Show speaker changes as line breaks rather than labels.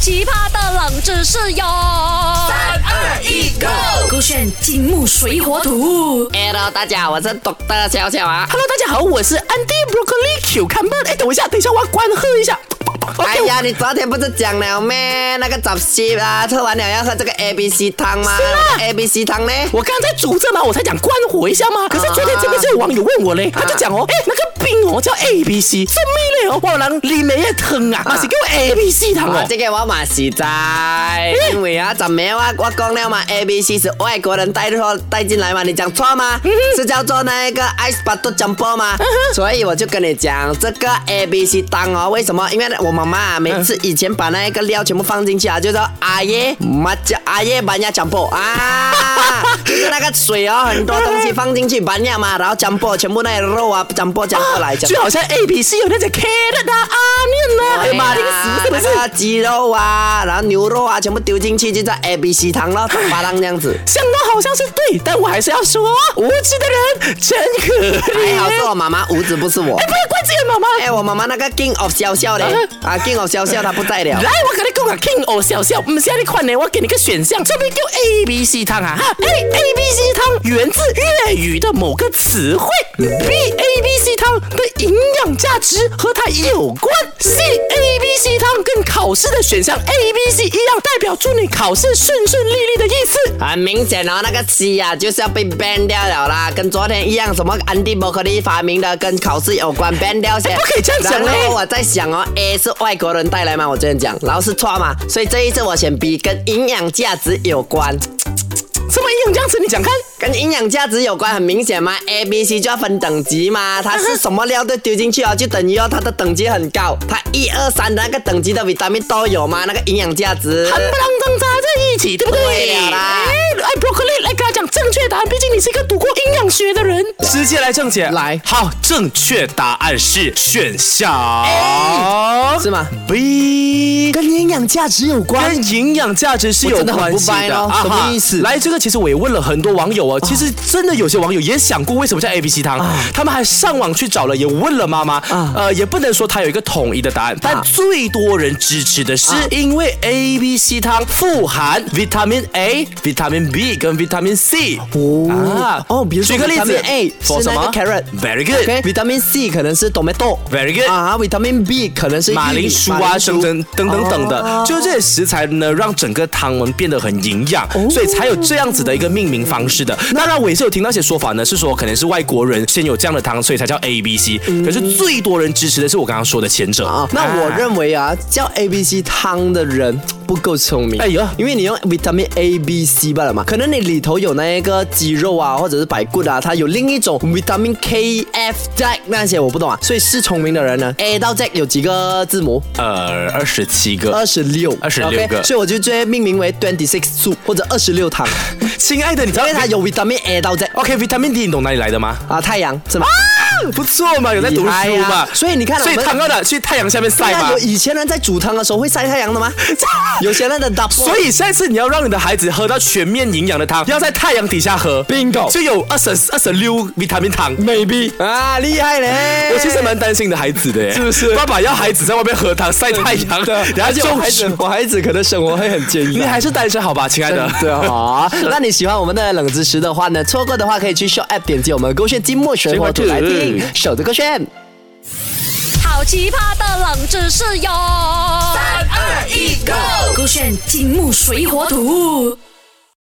奇葩的冷知识哟！三
二一，Go！
勾选金木水火土。
Hello，大家，我是 Doctor 小小啊。
Hello，大家好，我是 Andy Broccoli Cucumber。哎，等一下，等一下，我要关喝一下。
哎呀，你昨天不是讲了咩？那个早西啊，喝完了要喝这个 A B C 汤吗？
是啊
a B C 汤呢？
我刚才煮着嘛，我才讲关火一下嘛。可是昨天这边就有网友问我
啊
嘞，他就讲哦，哎，那个冰哦叫 A B C，什么嘞哦？我人里面的汤啊，那是叫 A B C 汤
我
哦。
这个我嘛是知，因为啊，怎么我我讲了嘛，A B C 是外国人带错带进来嘛，你讲错吗？是叫做那个 ice b a t t jumbo 吗？所以我就跟你讲，这个 A B C 汤哦，为什么？因为我妈妈啊每次以前把那一个料全部放进去啊，就说阿爷麻酱阿爷板鸭 jumbo 啊，就是那个水哦，很多东西放进去板鸭嘛，然后 jumbo 全部那些肉啊 jumbo jumbo 来 jumbo
就好像 A B C 有那些 carrot 啊、onion 啊，哎呀妈，那个死是不是？
那个鸡肉啊，然后牛肉啊，全部丢进去，就在 A B C 汤咯，巴浪这样子。
想到好像是对，但我还是要说，无知的人真可
还
怜。
哎好是我妈妈五指，不是我
哎，。不要怪自己的妈妈。
哎，我妈妈那个 King of 笑笑嘞，啊 King of 笑笑她不在了
来，。我跟你讲啊，King 哦，小小，唔是你款呢，我给你个选项，这边叫 A B C 汤啊，哈，A A B C 汤源自粤语的某个词汇，B A B C 汤的营养价值和它有关，C A B C 汤跟考试的选项 A B C 一样，代表祝你考试顺顺利利的意思。
很明显哦，那个 C 啊，就是要被 ban 掉了啦，跟昨天一样，什么 Andy b r o c o l i 发明的，跟考试有关 ban 掉先。
哎不可以这样讲嘞
然后我在想哦，A 是外国人带来嘛，我之前讲，然后是错嘛，所以这一次我选 B，跟营养价值有关。
什么营养价值？你讲看。
跟营养价值有关，很明显嘛，A、B、C 就要分等级嘛，它是什么料都丢进去哦，就等于哦它的等级很高，它一二三的那个等级的 vitamin 都有嘛，那个营养价 值
含。不啷当扎在一起，对不对？
对了啦
哎哎，broccoli 来跟他讲正确答案，毕竟你是一个读过营养学的人。
直接来正解，
来
好，正确答案是选项
是吗？
B。
哎跟营养价值有关
跟营养价值是
我
有
真的很
关系
不 buy
的，
咯
啊
什么
哈
意思
来，这个其实我也问了很多网友哦，其实真的有些网友也想过为什么叫 A B C 汤，
啊
他们还上网去找了，也问了妈妈，呃，也不能说它有一个统一的答案，
啊
但最多人支持的是因为 A B C 汤富含 vitamin A、vitamin B 跟 vitamin C。啊
哦，比如说
举个例子
vitamin
哎
A
说
是
什
那
么
个 carrot。
Very good
OK，vitamin C 可能是 tomato。
Very good
啊，vitamin B 可能是玉米
马铃薯啊，等等等等
哦
等的，就是这些食材呢，让整个汤们变得很营养，
哦
所以才有这样子的一个命名方式的。当然，我也是有听到一些说法呢，是说可能是外国人先有这样的汤，所以才叫 A B C。可是最多人支持的是我刚刚说的前者
嗯啊。那我认为啊，叫 A B C 汤的人不够聪明。
哎呦
因为你用 vitamin A B C 罢了嘛，可能你里头有那一个鸡肉啊，或者是白骨啊，它有另一种 vitamin K F Jack 那些我不懂啊，所以是聪明的人呢，A 到 Jack 有几个字母？
呃，二十七个
二。十六，
26
OK，
个
所以我就直接命名为 twenty six soup 或者二十六 汤，
亲爱的，你知
因
道
为它有 vitamin A 到 Jack
OK，vitamin D 你懂哪里来的吗？
啊，太阳是吗？
不错嘛，有在读
嗯厉害
书
呀
嘛。
所以你看啊
所以
我们
汤要的去太阳下面晒
那
嘛
有。以前人在煮汤的时候会晒太阳的 吗？有些人的 double，
所以下一次你要让你的孩子喝到全面营养的汤，要在太阳底下喝
Bingo
就有二十二十六维他命汤。
maybe 啊，厉害嘞！
我其实蛮担心你的孩子的耶，
是不是
爸爸要孩子在外面喝汤晒太阳，然后
而且我
中
孩
暑
子，，我啊孩子可能生活会很介意
你
吧。
还是单身好吧，亲爱 的。
对啊，那你喜欢我们的冷知识的话呢，错过的话可以去 Show App 点击我们勾选金墨水火土来听，手的勾选。
好奇葩的冷知识哟！三二一，Go！勾选金木水火土。